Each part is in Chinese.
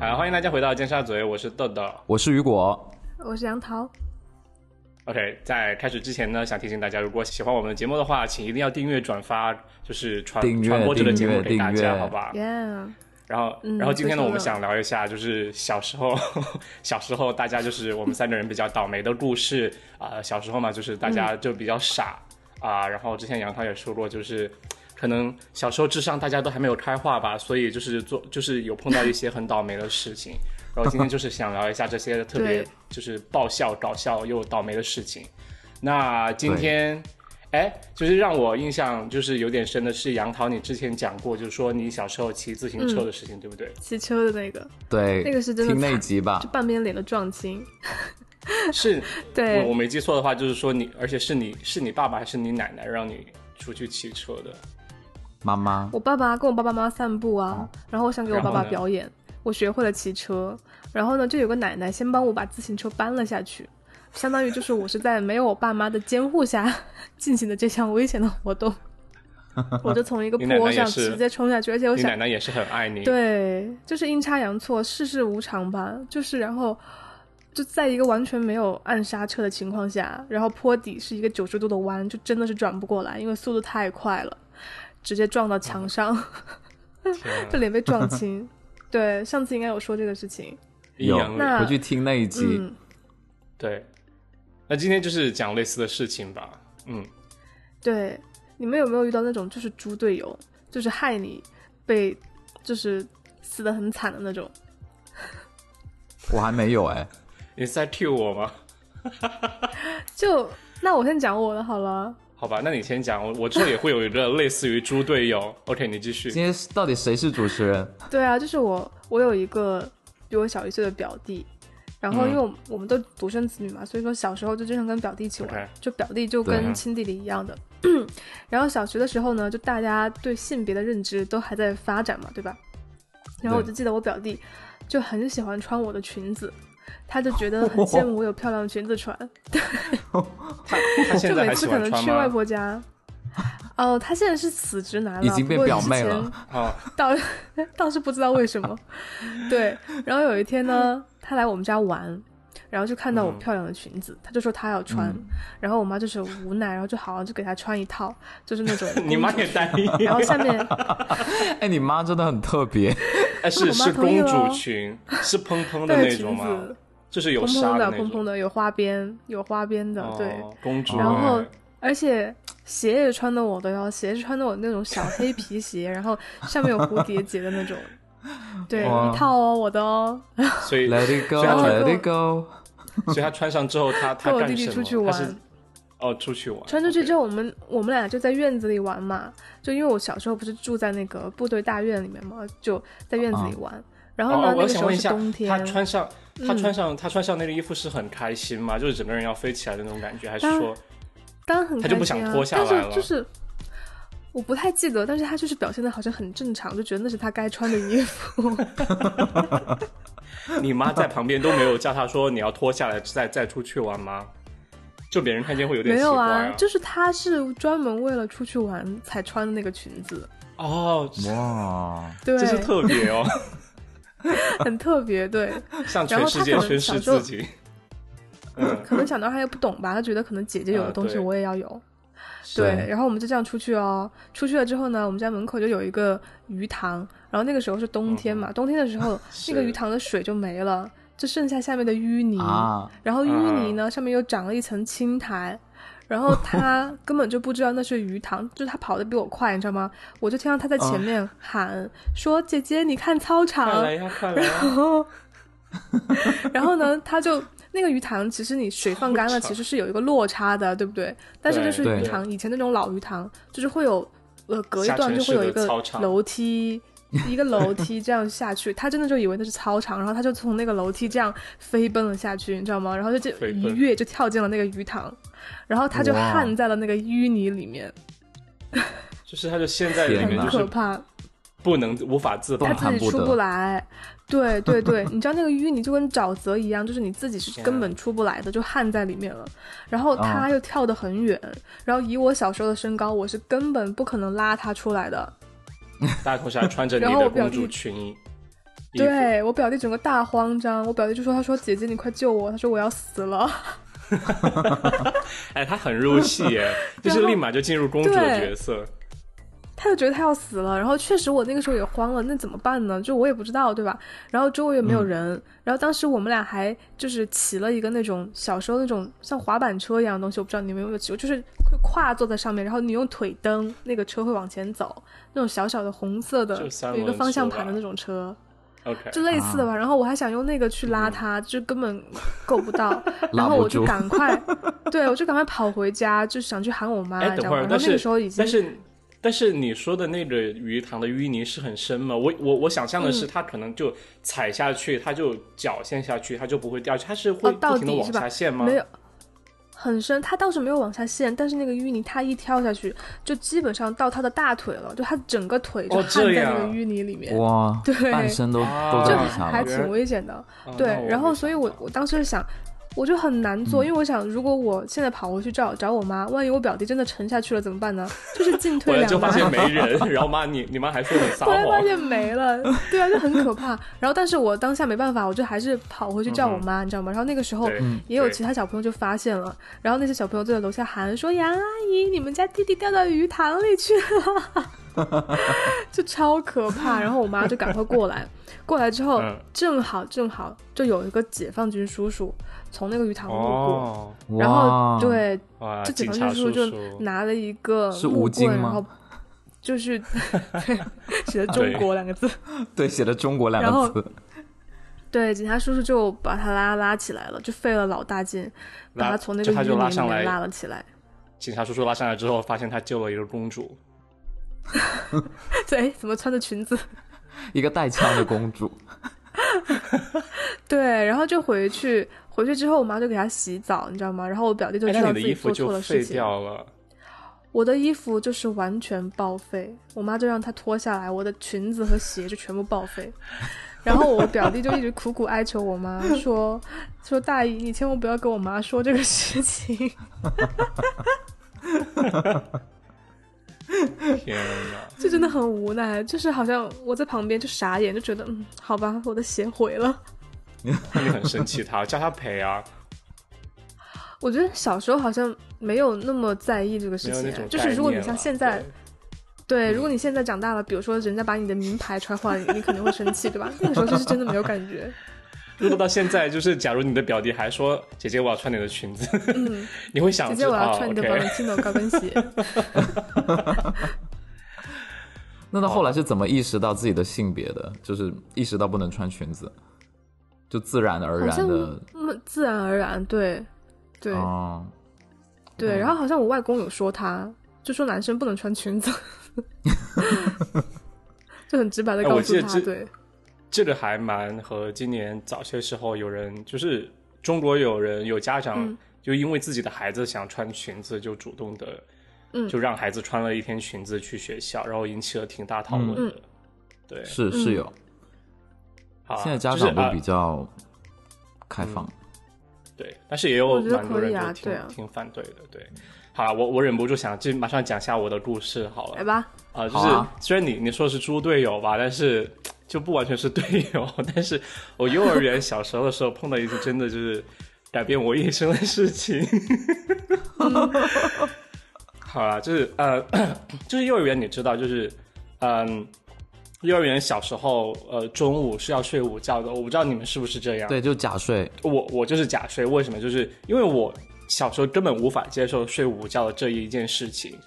好，欢迎大家回到尖沙咀，我是豆豆。我是雨果，我是杨桃， OK，在开始之前呢，想提醒大家，如果喜欢我们的节目的话，请一定要订阅、转发，就是传订阅传播这个节目给大订阅家，好吧？耶、yeah.！然后，嗯然后今天呢，不错的我们想聊一下，就是小时候，小时候大家就是我们三个人比较倒霉的故事啊、小时候嘛，就是大嗯家就比较傻啊、然后之前杨涛也说过，就是可能小时候智商大家都还没有开化吧，所以就是做就是有碰到一些很倒霉的事情。然后今天就是想聊一下这些特别 对就是爆笑、搞笑又倒霉的事情。那今天，哎，就是让我印象就是有点深的是杨桃，你之前讲过，就是说你小时候骑自行车的事情，对不对？骑车的那个，对，那个是真的听惨那集吧就，半边脸都撞青。是，嗯 对我我没记错的话，就是说你，而且是你是你爸爸还是你奶奶让你出去骑车的？妈妈，我爸爸跟我爸爸妈妈散步啊，然后我想给我哦爸然爸后呢表演，我学会了骑车，然后呢，就有个奶奶先帮我把自行车搬了下去，相当于就是我是在没有我爸妈的监护下进行的这项危险的 活动。我就从一个你奶奶坡上也是直接冲下去，而且我你想奶奶也是很爱你，，对，就是阴差阳错，世事无常吧。就是然后就在一个完全没有按刹车的情况下，然后坡底是一个九十度的弯，就真的是转不过来，因为速度太快了，直接撞到墙上， 天这啊，脸被撞青。对，上次应该有说这个事情。阴有阳脸，那回去听那一集，嗯，对。那今天就是讲类似的事情吧，嗯，对，你们有没有遇到那种就是猪队友，就是害你被就是死的很惨的那种？我还没有哎，你是在 cue 我吗？就那我先讲我的好了。好吧，那你先讲，我我之后也会有一个类似于猪队友。OK，你继 续。今天是到底谁是主持人？对啊，就是我，我有一个比我小一岁的表弟，然后嗯因为我们,、我们都独生子女嘛，所以说小时候就经常跟表弟一起玩 OK 啊就表弟就对跟亲弟弟一样的。然后小学的时候呢，就大家对性别的认知都还在发展嘛，对吧？然后我对就记得我表弟就很喜欢穿我的裙子，他就觉得很羡慕我有漂亮的裙子 穿，他他现就在每还喜次可欢能穿去外吗？婆家。哦，他现在是死直男了，已经变不过表之妹前了哦， 倒 倒是不知道为什么。对，然后有一天呢，他来我们家玩，然后就看到我嗯漂亮的裙子，他就说他要穿，然后我妈就是无奈，然后就好像就给他穿一套，就是那种 你妈也单一，然后下面哎，你妈真的很特别，哎，是我妈是同意公了哦主裙，是蓬蓬的对那裙种吗子？就是有蓬纱蓬的那蓬蓬种。的，有花边有花边的，对，哦，公主。然后哎而且。鞋也穿的我都要，鞋是穿的我那种小黑皮鞋，然后上面有蝴蝶结的 那种，对，哇一套哦，我的哦，所以 Let it 然后 go，Let it go。所以她穿上之后， 她她跟我干弟弟什出么？去她是玩，哦，出去玩。穿出去之后，后，我们我们俩就在院子里玩嘛。就因为我小时候不是住在那个部队大院里面嘛，就在院子里玩。然后呢，啊哦，那我个时想候问一是下冬，天她，穿上嗯她穿上她穿上那个衣服是很开心吗？就是整个人要飞起来的那种感觉，还是当说当然很开他就心啊。不想脱下来但了是就是 我不太记得，但是他就是表现的好像很正常，就觉得那是他该穿的衣服。你 妈在旁边都没有叫她说你要脱下来再再出去玩吗？就别人看见 会有点没奇怪有啊，就是他是专门为了出去玩才穿的那个裙子，哦，哇，对，这是特别 哦，很特别，对。向全世界宣示自己。嗯，可能小男孩也不懂吧，他觉得可能姐姐有啊的东西对我也要有。是对，然后我们就这样出去哦。出去了之后呢，我们家门口就有一个鱼塘，然后那个时候是冬天嘛，冬天的时候是 那个鱼塘的水就没了，就剩下下面的淤泥，啊，然后淤泥呢、上面又长了一层青苔。然后他根本就不知道那是鱼塘，就是他跑得比我快，你知道吗？我就听到他在前面喊、说：“姐姐，你看操场。”快来呀，快来呀！然 后， 然后呢，它就那个鱼塘，其实你水放干了，其实是有一个落差的，对不对？但是就是对鱼塘以前那种老鱼塘，就是会有呃隔一下段沉就式会有的一个操场楼梯。一个楼梯这样下去， 他真的就以为那是操场，然后他就从那个楼梯这样飞奔了下去，你知道吗？然后就这飞奔一跃就跳进了那个鱼塘，然后他就哇焊在了那个淤泥里面，就是她就陷在里天面，哪很就是可怕。不能无法自拔动他。弹自己不出得，不来。对对对，你知道那个淤泥就跟沼泽一样，就是你自己是天啊根本出不来的，就焊在里面了。然后他又跳得很远，然后以我小时候的身高，我是根本不可能拉他出来的。大头侠穿着你然后的我表公弟主裙，衣服对我表弟整个大慌张，我表弟就说：“他说姐姐你快救我，他说我要死了。哎，他很入戏 耶，就是立马就进入公主的对角色。”他就觉得他要死了，然后确实我那个时候也慌了，那怎么办呢？就我也不知道，对吧？然后周围也没有嗯人，然后当时我们俩还就是骑了一个那种小时候那种像滑板车一样的东西，我不知道你们有没有骑过，就是会跨坐在上面，然后你用腿蹬，那个车会往前走，那种小小的红色的就三有一个轮方向车吧啊盘的那种车， OK，就类似的吧。然后我还想用那个去嗯拉他，就根本够不 到然拉后不我就住赶快，对我就赶快跑回家，就想去喊我妈，哎，你知等道会儿，吗？然后但那个是时候已经但是但是你说的那个鱼塘的淤泥是很深吗？我我我想象嗯的是，它可能就踩下去，它就脚陷下去，它就不会掉下去，它是会哦到不停的底往是吧下陷吗？没有，很深，它倒是没有往下陷，但是那个淤泥它一跳下去，就基本上到他的大腿了，就他整个腿哦就焊在这那个样淤泥里面，哇，对半身都啊都就在地还上还了，挺危险的。哦对那我，没然后所以想我到我当时想，我就很难嗯做，因为我想，如果我现在跑回去找找我妈，万一我表弟真的沉下去了怎么办呢？就是进 退回来两就发难。现没人， 然后妈你你妈还说 你撒后来发谎，现没了，对啊，就很可怕。然后，但是我当下没办法，我就还是跑回去叫我妈，你知道吗？然后那个时候嗯对嗯也有对其他小朋友就发现了，然后那些小朋友就在楼下喊说：“杨阿姨，你们家弟弟掉到鱼塘里去了。” 就超可 怕。然后我妈就赶快过来，过来之后嗯正好正好就有一个解放军叔叔从那个鱼塘路过，哦，然后哇，对，哇，就解啊警放察军叔叔叔就拿了一个是木吴京棍，吗然后就是 对写的“中国”两个字。对，写了“中国”两然后个字， 对，警察叔叔就把他拉拉起来了，就费了老大劲，把拉他从那就个他淤就拉泥里上来面拉了起来。警察叔叔拉上来之后，发现他救了一个公主， 对，怎么穿着裙子？一个带枪的公主，对，然后就回去，回去之后我妈就给他洗澡，你知道吗？然后我表弟就哎，知那道你自的己衣服做就错了废事情。掉了，我的衣服就是完全报废，我妈就让他脱下来，我的裙子和鞋就全部报废。然后我表弟就一直苦苦哀求我妈说：“说大姨，你千万不要跟我妈说这个事情。 天哪！”就真的很无奈，就是好像我在旁边就傻眼，就觉得嗯，好吧，我的鞋毁了。那你很生气他，叫他赔 啊，我觉得小时候好像没有那么在意这个事没有情那啊、种就是如果你概念像了现在对，嗯对，如果你现在长大了，比如说人家把你的名牌穿 坏了，你可能会生气，对吧？那个时候就是真的没有感觉。如果到现在，就是假如你的表弟还说“姐姐，我要穿你的裙子”，嗯， 你会想姐知姐，道哦我要穿你的 OK 保伦 n o 高跟鞋。那他后来是怎么意识到自己的性别的？就是意识到不能穿裙子，就自然而好然像的，嗯，自然而然，对，对、哦，嗯对。然后好像我外公有说他，就说男生不能穿裙子， 就很直白的哎我告记得诉他，这对，这个还蛮和今年早些时候有人，就是中国有人有家长嗯就因为自己的孩子想穿裙子，就主动的，嗯就让孩子穿了一天裙子去学校，然后引起了挺大讨论的。对，是是嗯有。好啊现在家就是长都啊嗯比较开放，对，但是也有我觉得蛮多可人以啊就挺、对啊挺反对的。对，好啊，我我忍不住想，就马上讲下我的故事好了来。吧，啊、就好是、啊虽然你你说是猪队友吧，但是就不完全是队友。 但是我幼儿园小时候的时候碰到一次真的就是改变我一生的事情。 好啦，就是呃，就是幼儿园，你知道，就是嗯，幼儿园小时候呃中午是要睡午觉的，我不知道你们是不是这样。对，就假睡，我我就是假睡，为什么？就是因为我小时候根本无法接受睡午觉的这一件事情，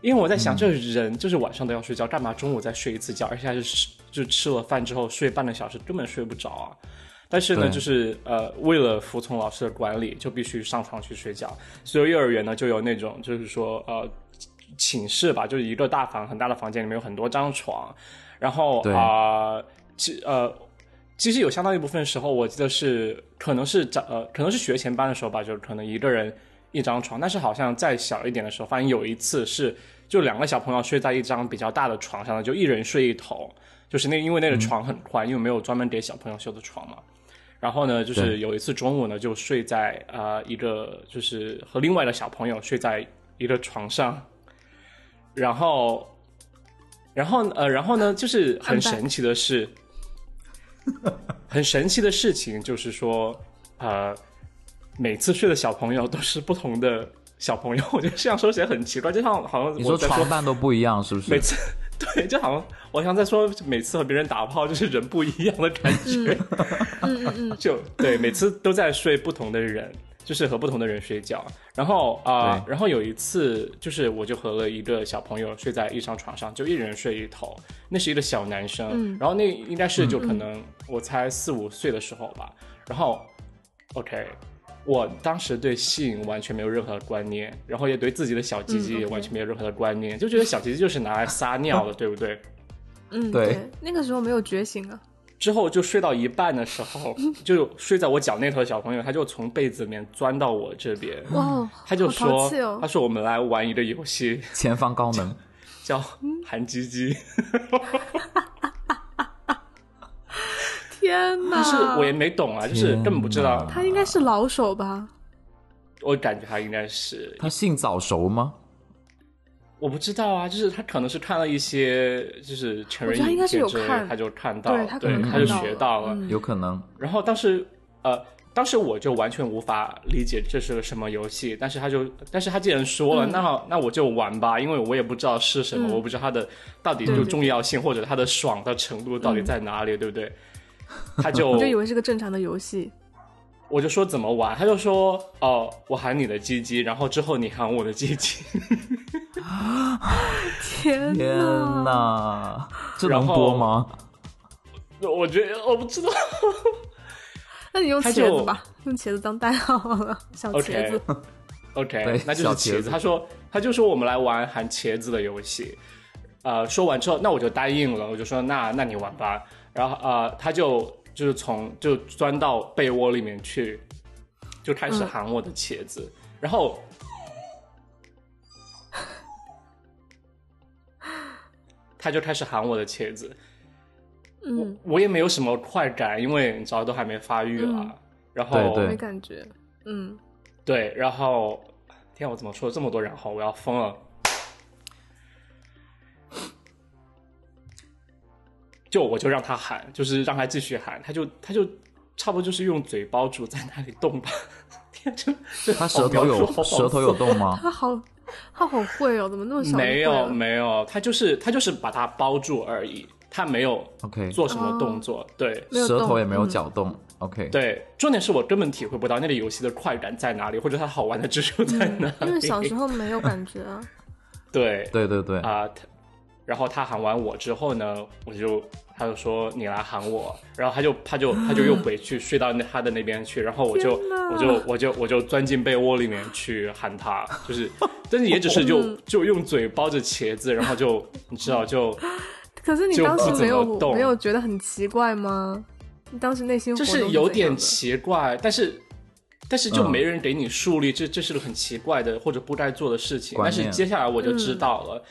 因为我在想，这人就是晚上都要睡觉，干嘛中午再睡一次觉？而且还是吃就吃了饭之后睡半个小时，根本睡不着啊。但是呢，对就是呃，为了服从老师的管理，就必须上床去睡觉。所以幼儿园呢，就有那种就是说呃，寝室吧，就是一个大房很大的房间里面有很多张床，然后对啊、呃其呃，其实有相当一部分时候，我记得是可能是早呃，可能是学前班的时候吧，就是可能一个人一张床，但是好像再小一点的时候，发现有一次是就两个小朋友睡在一张比较大的床上的，就一人睡一头，就是那因为嗯那个床很宽，因为没有专门给小朋友修的床嘛。然后呢，就是对有一次中午呢，就睡在呃一个就是和另外的小朋友睡在一个床上，然后，然后呃，然后呢，就是很很棒神奇的是，很神奇的事情就是说，呃，每次去的小朋友都是不同的小朋友，我觉得这样说起来很奇怪，就像好像你我说在床伴都不一样是不每是？次对，就好像我想在说每次和别人打炮就是人不一样的感觉，嗯嗯嗯， 就对，每次都在睡不同的人，就是和不同的人睡觉。然后啊、呃对然后有一次就是我就和了一个小朋友睡在一张床上，就一人睡一头。那是一个小男生，嗯然后那应该是就可能我才四五岁的时候吧。然后，OK，我当时对性完全没有任何观念，然后也对自己的小鸡嗯鸡，OK 完全没有任何的观念，就觉得小鸡鸡就是拿来撒尿 的，对不对？嗯，对对，那个时候没有觉醒啊，之后就睡到一半的时 候，就睡在我脚那头的小朋友，他就从被子里面钻到我这边，哇哦，他就好说淘气：“哦他，说我们来玩一个游戏，前方高能，叫含鸡鸡。天”哪！但是我也没懂啊，就是根本不知道天。他应该是老手吧？我感觉他应该是，他性早熟吗？我不知道啊，就是他可能是看了一些就是成人我觉得他应影该是片有之类的，看他就看到，对他可能他看就到学了到了。嗯有可能，然后当时呃，当时我就完全无法理解这是个什么游戏，但是他就，但是他既然说了，嗯那好那我就玩吧，因为我也不知道是什么，嗯我不知道它的到底对就对嗯重要性或者它的爽的程度到底在哪里，对不对？他就 我就以为是个正常的游戏，我就说怎么玩，他就说哦、我喊你的鸡鸡，然后之后你喊我的鸡鸡， 天天哪！哪，这然能后播吗？我觉得哦我不知道。那你用他茄就子吧，用茄子当代号好了， 小茄 OK 子。 OK，对那就小是茄茄子子。他说，他就说我们来玩含茄子的游戏。呃，说完之后，那我就答应了，我就说那那你玩吧。然后呃，他就就是从就钻到被窝里面去，就开始嗯喊我的茄子。然后他就开始喊我的茄子，嗯，我也没有什么快感，因为你知道都还没发育啦。嗯然后对对没感觉。嗯，对，然后天啊，我怎么说了这么多然后？我要疯了！就我就让他喊，就是让他继续喊，他就他就差不多就是用嘴包住在那里动吧。 天啊，这这他好舌描头述有好舌头有动吗？他好，他好会哦，怎么那么小就会没有了？没有，他就是他就是把它包住而已，他没有 OK 做什么动作。对没有舌头动也没有嗯搅动。OK，对，重点是我根本体会不到那个游戏的快感在哪里，或者它好玩的之处在哪 里。因为小时候没有感觉 啊。对对对对，啊、他然后他喊完我之后呢，我就他就说你来喊我，然后他就他就他就又回去睡到那他的那边去，然后我就天哪我就我就我就钻进被窝里面去喊他，就是，但是也只是 嗯就就用嘴包着茄子，然后就你知道就可是你就当不时怎没有么动没有觉得很奇怪吗？你当时内心就活动是是有怎样点的奇怪，但是。但是就嗯没人给你树立这这是个很奇怪的或者不该做的事情。观但是念接下来我就知道了，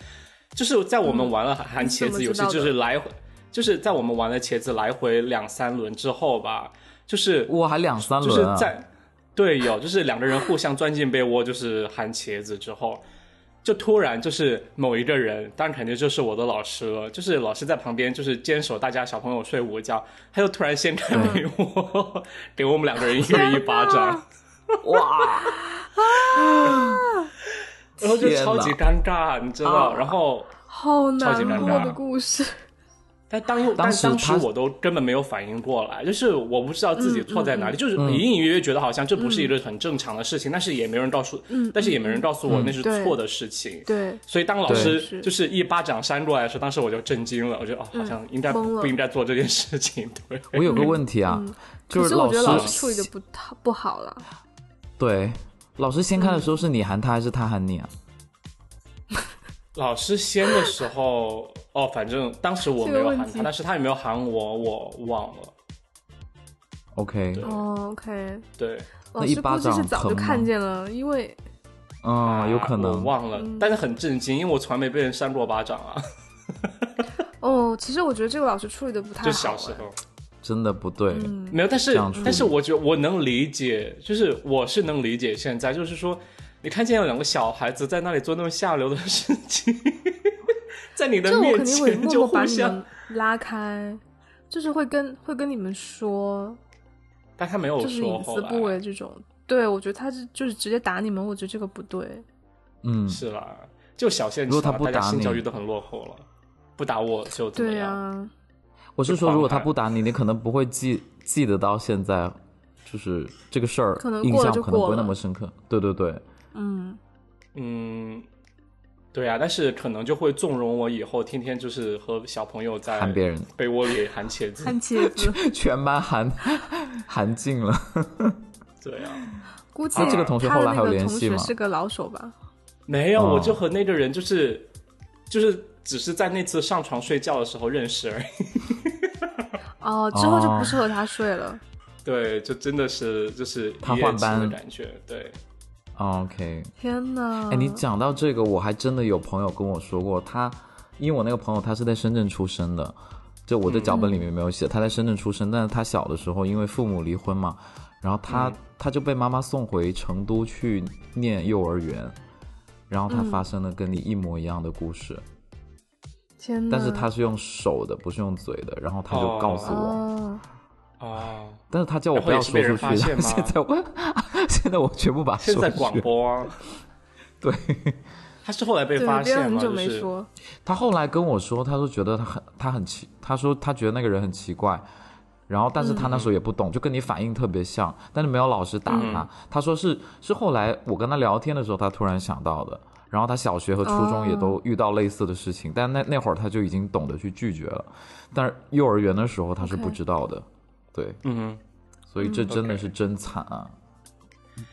就是在我们玩了含嗯你是茄怎么子游知戏，道的就是来回，就是在我们玩了茄子来回两三轮之后吧，就是哇，还两三就是轮啊！在对有就是两个人互相钻进被窝，就是含茄子之后，就突然就是某一个人，当然肯定就是我的老师了，就是老师在旁边就是坚守大家小朋友睡午觉，他就突然掀开被嗯窝，给我们两个人一人一巴掌，哇，然后就天超级哪尴尬，你知道，啊然后。好超级难尴过尬的故事。 但当但当时当时他嗯我都根本没有反应过来，就是我不知道自己错在哪里，就是隐隐约约觉得好像这不是一个很正常的事情，但是也没人告诉，嗯但是也没人告诉我那是对错的事情。对，所以当老对师是就是一巴掌扇过来的时候，当时我就震惊了，我觉得哦，好像应该懵嗯了不应该做这件事情。 对，我有个问题啊，就嗯可是是我觉得老师师处理的不太不好了。对老师先开的时候嗯是你喊他还是他喊你啊？老师先的时候，哦，反正当时我没有喊这个问他，题但是他也没有喊我，我忘了。 OK，对哦，OK，对，老那一师巴估计是掌早疼就吗看见了，因为啊嗯，有可我能。忘了，但是很震惊，因为我从来没被人扇过巴掌啊，哦，其实我觉得这个老师处理的不啊太好。哎嗯就小时候。真的不对，没有，但这是样处理但是我觉得我能理解，就是我是能理解现在，就是说你看见有两个小孩子在那里做那种下流的事情，在你的 这我面肯定会前默就默把互你相们拉开，就是会跟会跟你们说，但他没有就是哦说隐后私来部位这种。对，我觉得他是就是直接打你们，我觉得这个不对。嗯，是啦，就小县如果城他啊，不大家打性教你育都很落后了，不打我就怎么对啊呀、样？我是说，就如果他狂不打你，你可能不会记记得到现在，就是这个事儿可能印过了象就可能不过会那了么深刻。对对对，嗯，嗯，对啊，但是可能就会纵容我以后天天就是和小朋友在喊别 人，被窝里喊茄子。看茄 子，全班含含尽了。对啊，估计那这个同学他的后来还有那个联同系学吗是个老手吧？没有，我哦就和那个人就是就是只是在那次上床睡觉的时候认识而已。 哦，之后就哦不是和他睡了。对，就真的是就是他一夜换情的班感觉。对，哦 OK，天哪！哎，你讲到这个，我还真的有朋友跟我说过，他因为我那个朋友他是在深圳出生的，就我的脚本里嗯面没有写，他在深圳出生，但是他小的时候因为父母离婚嘛，然后嗯他、他就被妈妈送回成都去念幼儿园，然后他嗯发生了跟你一模一样的故事，天哪！但是他是用手的，不是用嘴的，然后他就告诉我，哦，哦，但是他叫我然后不要也是说被出人去，发现然后吗 现在我现在我全部把它现说在出广去，播啊， 对。他是后来被对，发别现人很吗？久就没是说。他后来跟我说，他说觉得他很他很奇，他说他觉得那个人很奇怪，然后但是他那时嗯候也不懂，就跟你反应特别像，但是没有老师打他。他说是是后来我跟他聊天的时候，他突然想到的。然后他小学和初中也哦都遇到类似的事情，但那那会儿他就已经懂得去拒绝了，但是幼儿园的时候他是 OK 不知道的对，嗯，所以这真的 OK 是真惨啊！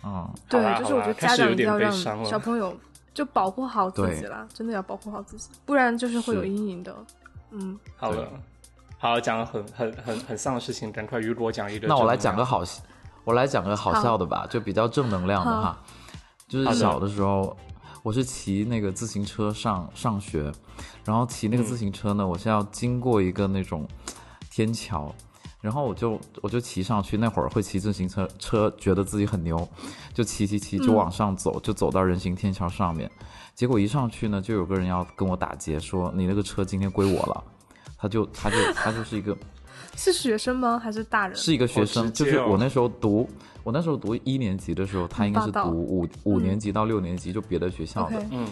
嗯，对好啦，就是我觉好啦得家开始长有一定点要悲让伤了小朋友就保护好自己对啦，真的要保护好自己，不然就是会有是阴影的。嗯，好了，好讲了很很很很丧的事情，赶快雨果讲一个。那我来讲个，好笑，我来讲个好笑的吧，就比较正能量的哈。就是小的时候，我是骑那个自行车上上学，然后骑那个自行车嗯呢，我是要经过一个那种天桥，然后我就我就骑上去。那会儿会骑自行车车，觉得自己很牛，就骑骑嗯骑就往上走，就走到人行天桥上面。结果一上去呢，就有个人要跟我打劫，说你那个车今天归我了。他就他就他就是一个。是学生吗？还是大人？是一个学好生，直就接是哦我那时候读，我那时候读一年级的时候，他应该是霸道嗯读五五年级到六年级，就别的学校的 OK，，嗯，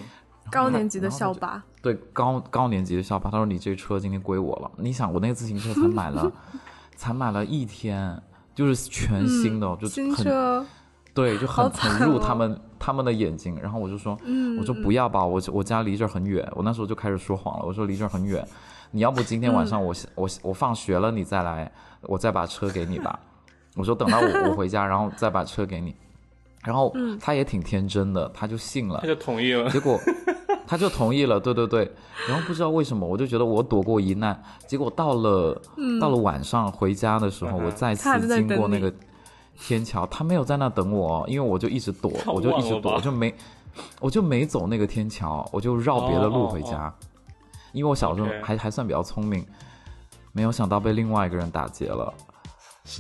高年级的然后校他就霸，对高高年级的校霸，他说你这车今天归我了。你想，我那个自行车才买 了，才买了一天，就是全新的哦，就新很车，对，就好很惨很入哦他们他们的眼睛。然后我就说，嗯，我说嗯不要吧，我我家离这儿很远。我那时候就开始说谎了，我说离这儿很远，你要不今天晚上嗯我、我我放学了你再来，我再把车给你吧。我说等到我我回家，然后再把车给你。然后嗯他也挺天真的，他就信了他，就同意了。 结果他就同意了，对对对。然后不知道为什么，我就觉得我躲过一难。结果到了、到了晚上回家的时候，嗯哼我再他还次在经过等那你个天桥，他没有在那等我哦，因为我就一直躲，他我就一直忘了吧躲，我就没我就没走那个天桥，我就绕别的路回家。因为我小时候哦 OK 还还算比较聪明，没有想到被另外一个人打劫了。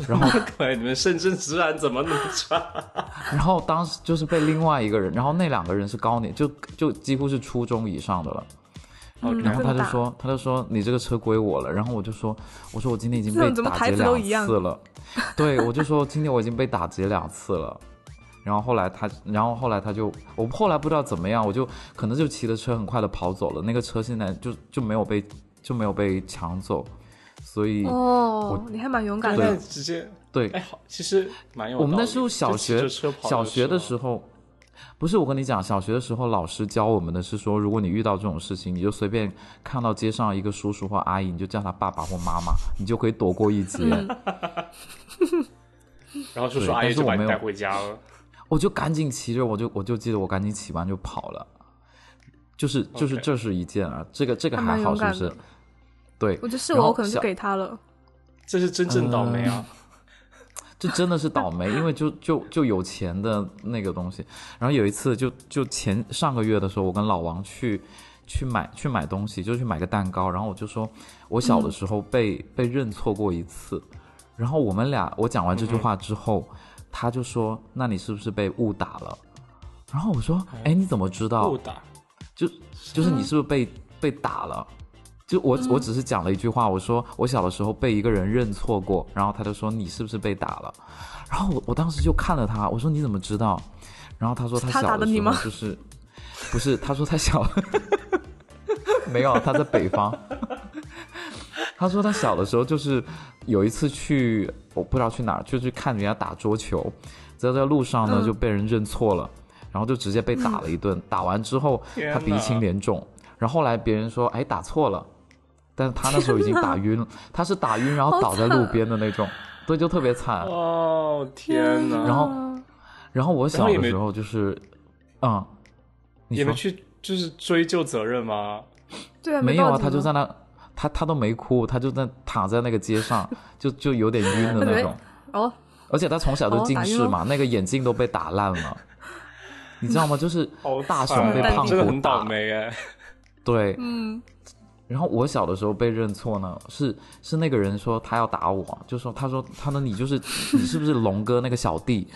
然 后，鬼，你们深圳治安怎么那么嗯差？然后当时就是被另外一个人，然后那两个人是高年，就就几乎是初中以上的了。嗯然后这他么就大说，他就说你这个车归我了。然后我就说，我说我今天已经这种被怎么打台劫词都两一样次了，对我就说今天我已经被打劫两次了。然后后来他，然后后来他就，我后来不知道怎么样，我就可能就骑着车很快的跑走了。那个车现在就就没有被就没有被抢走，所以、哦我，你还蛮勇敢刚的才，直接，对哎，好，其实蛮有道我理的。们那时候小学就骑着车跑小学候，的时候，不是我跟你讲，小学的时候老师教我们的是说，如果你遇到这种事情，你就随便看到街上一个叔叔或阿姨，你就叫他爸爸或妈妈，你就可以躲过一劫。嗯然后叔叔对阿姨但是就我把没你有带回家了。 我就赶紧骑着，我就我就记得我赶紧骑完就跑了。就是就是 OK 这是一件啊，这个这个还还蛮好是勇不敢是的？对，我觉得是然我，后我可能就小给他了。这是真正倒霉嗯啊！这真的是倒霉，因为就就就有钱的那个东西。然后有一次就就前上个月的时候，我跟老王去去买去买东西，就去买个蛋糕。然后我就说，我小的时候被、被认错过一次。然后我们俩我讲完这句话之后，他就说：“那你是不是被误打了？”然后我说：“哎，你怎么知道误？打，就就是你是不是被被打了？”就我嗯我只是讲了一句话，我说我小的时候被一个人认错过，然后他就说你是不是被打了？然后我我当时就看了他，我说你怎么知道？然后他说他小打的的你时吗候就是不是他说他小 没有他在北方，他说他小的时候就是有一次去我不知道去哪儿，就去看人家打桌球，在在路上呢嗯就被人认错了，然后就直接被打了一顿，打完之后天他鼻青哪脸肿，然后后来别人说哎打错了。但是他那时候已经打晕了，他是打晕然后好倒在路惨边的那种，对，就特别惨。哦天哪！嗯然后啊然后我然小后也的没时候就是，嗯，你你说们去就是追究责任吗？对啊，没有报啊？警他就吗在那，他他都没哭，他就在躺在那个街上，就就有点晕的那那没种。哦，而且他从小就哦近打晕视嘛，那个眼镜都被打烂了，你知道吗？就是好大惨熊被啊胖真的虎很倒打，霉哎。对。嗯，然后我小的时候被认错呢，是是那个人说他要打我，就说他说他说你就是 你是不是龙哥那个小弟？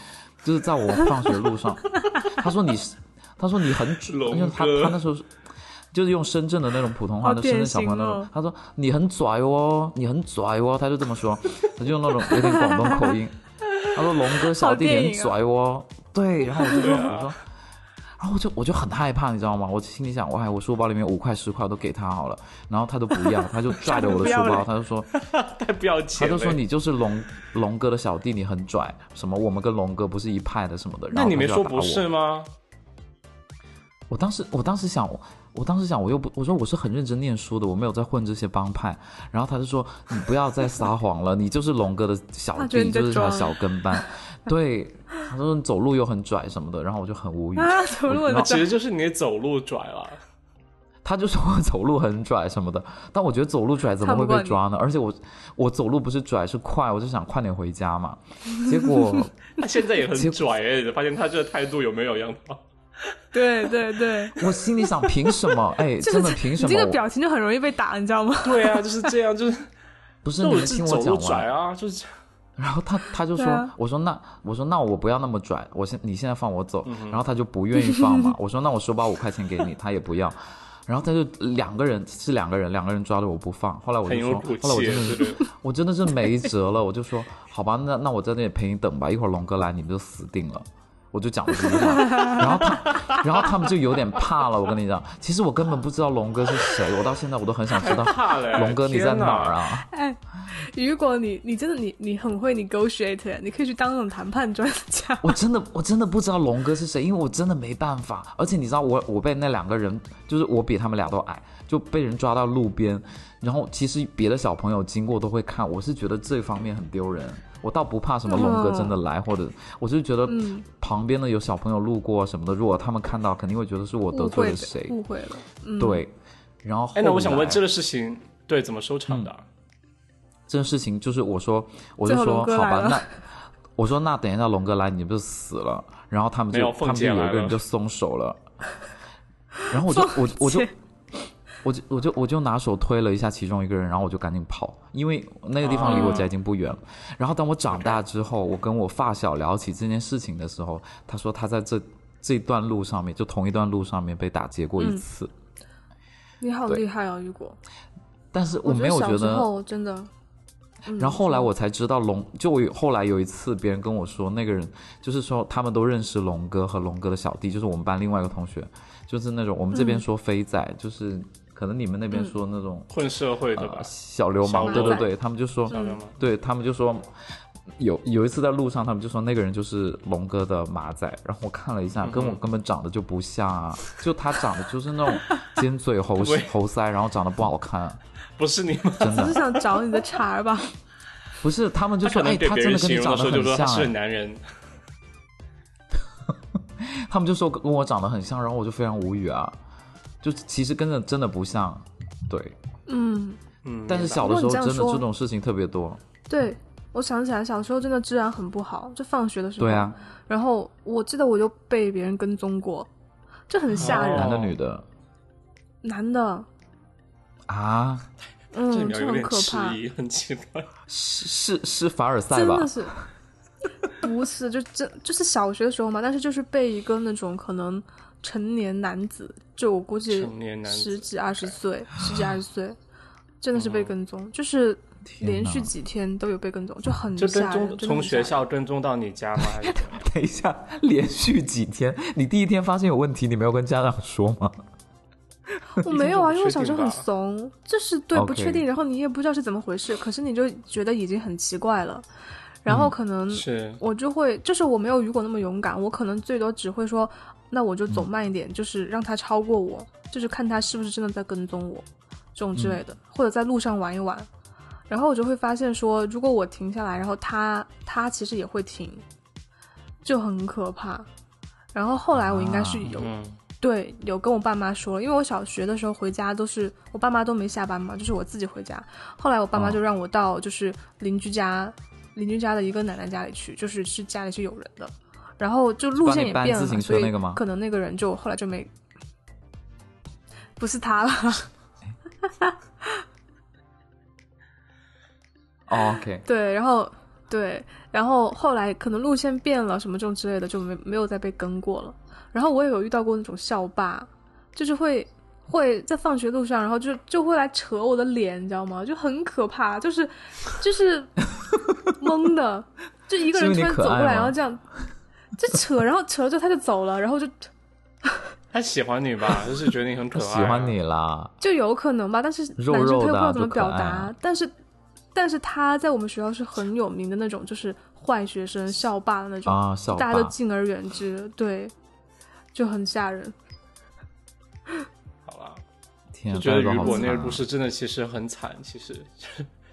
就是在我放学路上， 他说你是他说你很准，龙因为他哥他那时候是就是用深圳的那种普通话，好那深圳小朋友那典种型哦，他说你很拽哦，你很拽哦，他就这么说，他就用那种有点广东口音，他说龙哥小弟好电你影很啊拽哦，对，然后我就说对啊我说。然后我就我就很害怕，你知道吗？我心里想，哎，我书包里面五块十块我都给他好了，然后他都不要，他就拽着 我的书包，他就说，太 不要他钱了。就说你就是龙龙哥的小弟，你很拽，什么我们跟龙哥不是一派的什么的。那然后你他没就要说打不我是吗？我当时，我当时想，我我当时想，我又不，我说我是很认真念书的，我没有在混这些帮派。然后他就说，你不要再撒谎了，你就是龙哥的小他觉得弟，你在就是他的装小跟班。对，他说你走路又很拽什么的，然后我就很无语。啊，走路那很其拽实就是你走路拽了。他就说我走路很拽什么的，但我觉得走路拽怎么会被抓呢？而且我我走路不是拽是快，我就想快点回家嘛。 结果 他现在也很结拽哎，发现他这个态度有没有让他？对对对，我心里想，凭什么？哎，就是真的凭你什么？这个我表情就很容易被打，你知道吗？对啊，就是这样， 就是不是那你我们是听我走讲路拽完。啊，就是然后他他就说，对啊我说那我说那我不要那么拽，我现你现在放我走，然后他就不愿意放嘛。我说那我书包五块钱给你，他也不要。然后他就两个人是两个人，两个人抓着我不放。后来我很就有说骨，后来我气，真的对是不对？我真的是没辙了，我就说好吧，那那我在那里陪你等吧，一会儿龙哥来你们就死定了。我就讲了这句话， 然后他，然后他们就有点怕了。我跟你讲，其实我根本不知道龙哥是谁，我到现在我都很想知道怕嘞， 龙哥你在天哪儿？啊？哎，如果你你真的你你很会 negotiate，你可以去当那种谈判专家。我真的我真的不知道龙哥是谁，因为我真的没办法。而且你知道我我被那两个人，就是我比他们俩都矮，就被人抓到路边，然后其实别的小朋友经过都会看，我是觉得这方面很丢人。我倒不怕什么龙哥真的来，或者我就觉得旁边的有小朋友路过什么的，如果他们看到，肯定会觉得是我得误罪会了的谁。误会了。对，然后后哎，那我想来嗯问这个事情，对怎么收场的？这件事情就是我说，我就最后说龙哥好吧来，了那我说那等一下龙哥来，你不是死了？然后他们没就有他凤们就姐有一来个人了就松手了， 然后我就我我就凤姐我就我就我就拿手推了一下其中一个人，然后我就赶紧跑，因为那个地方离我家已经不远了。然后当我长大之后，我跟我发小聊起这件事情的时候，他说他在这这段路上面，就同一段路上面被打劫过嗯一次，你好对厉害哦，雨果！但是我觉没得有小觉时得候 真的，然后后来我才知道龙，就我有后来有一次别人跟我说，那个人就是说他们都认识龙哥和龙哥的小弟，就是我们班另外一个同学，就是那种我们这边说飞仔，就是可能你们那边说那种、混社会对吧呃？嗯小流氓，小对流对氓对，他们就说，小流氓对他们就说。有有一次在路上，他们就说那个人就是龙哥的马仔，然后我看了一嗯下，跟我根本长得就不像啊，就他长得就是那种尖嘴 猴对猴腮，然后长得不好看、不是你们，真只的是想找你的茬儿吧？不是他们就他说可哎，能给他别真人的形跟你容长的得时候就说很他像、是哎个，男人，他们就说跟我长得很像，然后我就非常无语啊，就其实跟着真的不像，对。嗯，嗯，但是小的如时果候你这真样的说这种事情特别多，对，我想起来小时候真的治安很不好，就放学的时候。对啊，然后我记得我就被别人跟踪过，这很吓人。哦男的女的男的，啊，这里嗯，面这有很点可迟怕，疑，很奇怪。是是是凡尔赛真吧？的是，不是就这就是小学的时候嘛，但是就是被一个那种可能成年男子，就我估计成年男十子几二十岁，十几二十岁，真的是嗯被跟踪，就是连续几天都有被跟踪，就很就跟吓人踪真的从很学吓人校跟踪到你家吗？ 还是怎么样？ 等一下，连续几天，你第一天发现有问题，你没有跟家长说 吗？我没有啊，已经因为我小时候很不确定吧怂，就是对 OK 不确定，然后你也不知道是怎么回事，可是你就觉得已经很奇怪了，然后可能嗯是我就会，就是我没有雨果那么勇敢，我可能最多只会说，那我就走嗯慢一点，就是让他超过我，就是看他是不是真的在跟踪我，这种嗯之类的，或者在路上玩一玩。然后我就会发现说，如果我停下来，然后他他其实也会停，就很可怕。然后后来我应该是有、嗯，对，有跟我爸妈说，因为我小学的时候回家都是我爸妈都没下班嘛，就是我自己回家。后来我爸妈哦就让我到就是邻居家，邻居家的一个奶奶家里去，就是是家里是有人的，然后就路线也帮你变搬了自行嘛，车所以那个吗可能那个人就后来就没，不是他了，哦，OK，对，然后对，然后后来可能路线变了什么这种之类的，就没没有再被跟过了。然后我也有遇到过那种校霸，就是会会在放学路上，然后就就会来扯我的脸，你知道吗？就很可怕，就是就是 懵的，就一个是因人为你突然可走过爱来，然吗后这样就扯，然后扯了之后他就走了，然后就他喜欢你吧？就是觉得你很可他爱、啊喜欢，你啦。就有可能吧，但是肉男生肉他又不知的啊道怎么多可爱表啊达，但是但是他在我们学校是很有名的那种，就是坏学生、校霸的那种，啊，校霸大家都敬而远之，对，就很吓人。好吧？天啊，我觉得大家雨都好果那个惨啊故事真的其实很惨，其实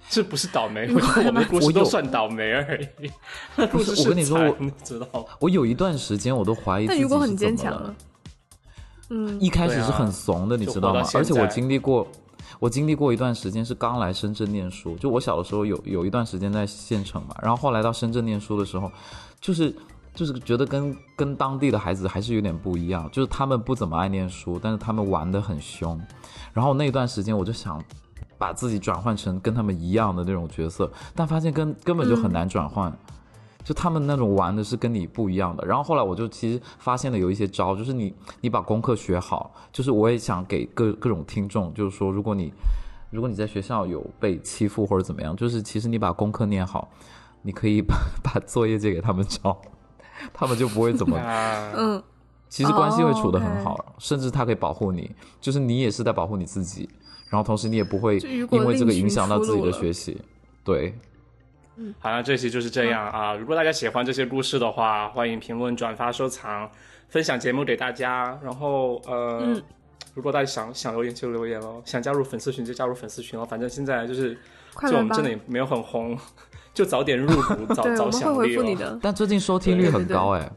这不是倒霉，雨我果觉得我们的故我事有都算倒霉而 已。那故不是事我跟你说惨我你知道吗？我有一段时间我都怀疑自但己雨果是很怎坚么强了啊，嗯，一开始对啊是很怂的，你就知活道到吗？现而且我在经历过，我经历过一段时间是刚来深圳念书，就我小的时候有有一段时间在县城嘛，然后后来到深圳念书的时候，就是就是觉得跟跟当地的孩子还是有点不一样，就是他们不怎么爱念书，但是他们玩的很凶，然后那段时间我就想。把自己转换成跟他们一样的那种角色，但发现根根本就很难转换，就他们那种玩的是跟你不一样的。然后后来我就其实发现了有一些招，就是你你把功课学好，就是我也想给各各种听众，就是说如果你如果你在学校有被欺负或者怎么样，就是其实你把功课念好，你可以把 把作业借给他们抄，他们就不会 怎 么啊，嗯，其实关系会处得哦很，OK 好啊甚至他可以保护你，就是你也是在保护你自己，然后同时你也不会就如果因为这个另寻影响到自己出的路了学习。对，好了，这期就是这样啊。如果大家喜欢这些故事的话，欢迎评论、转发、收藏、分享节目给大家。然后呃，嗯如果大家想想留言就留言喽，想加入粉丝群就加入粉丝群哦。反正现在就是快就我来们吧真，的也没有很红，就早点入股， 早对，我早们会享回利复你哦。的。但最近收听率对对很对高哎，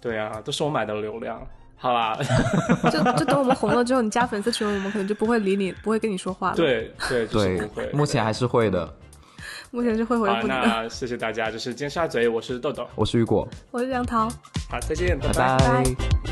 对啊，都是我买的流量。好啦，就就等我们红了之后，你加粉丝群，我们可能就不会理你，不会跟你说话了。，对对，就是不会对，。目前还是会的。目前是会回好，复你的。那谢谢大家，就是尖沙咀，我是豆豆，我是雨果，我是杨桃。好，再见，拜拜拜拜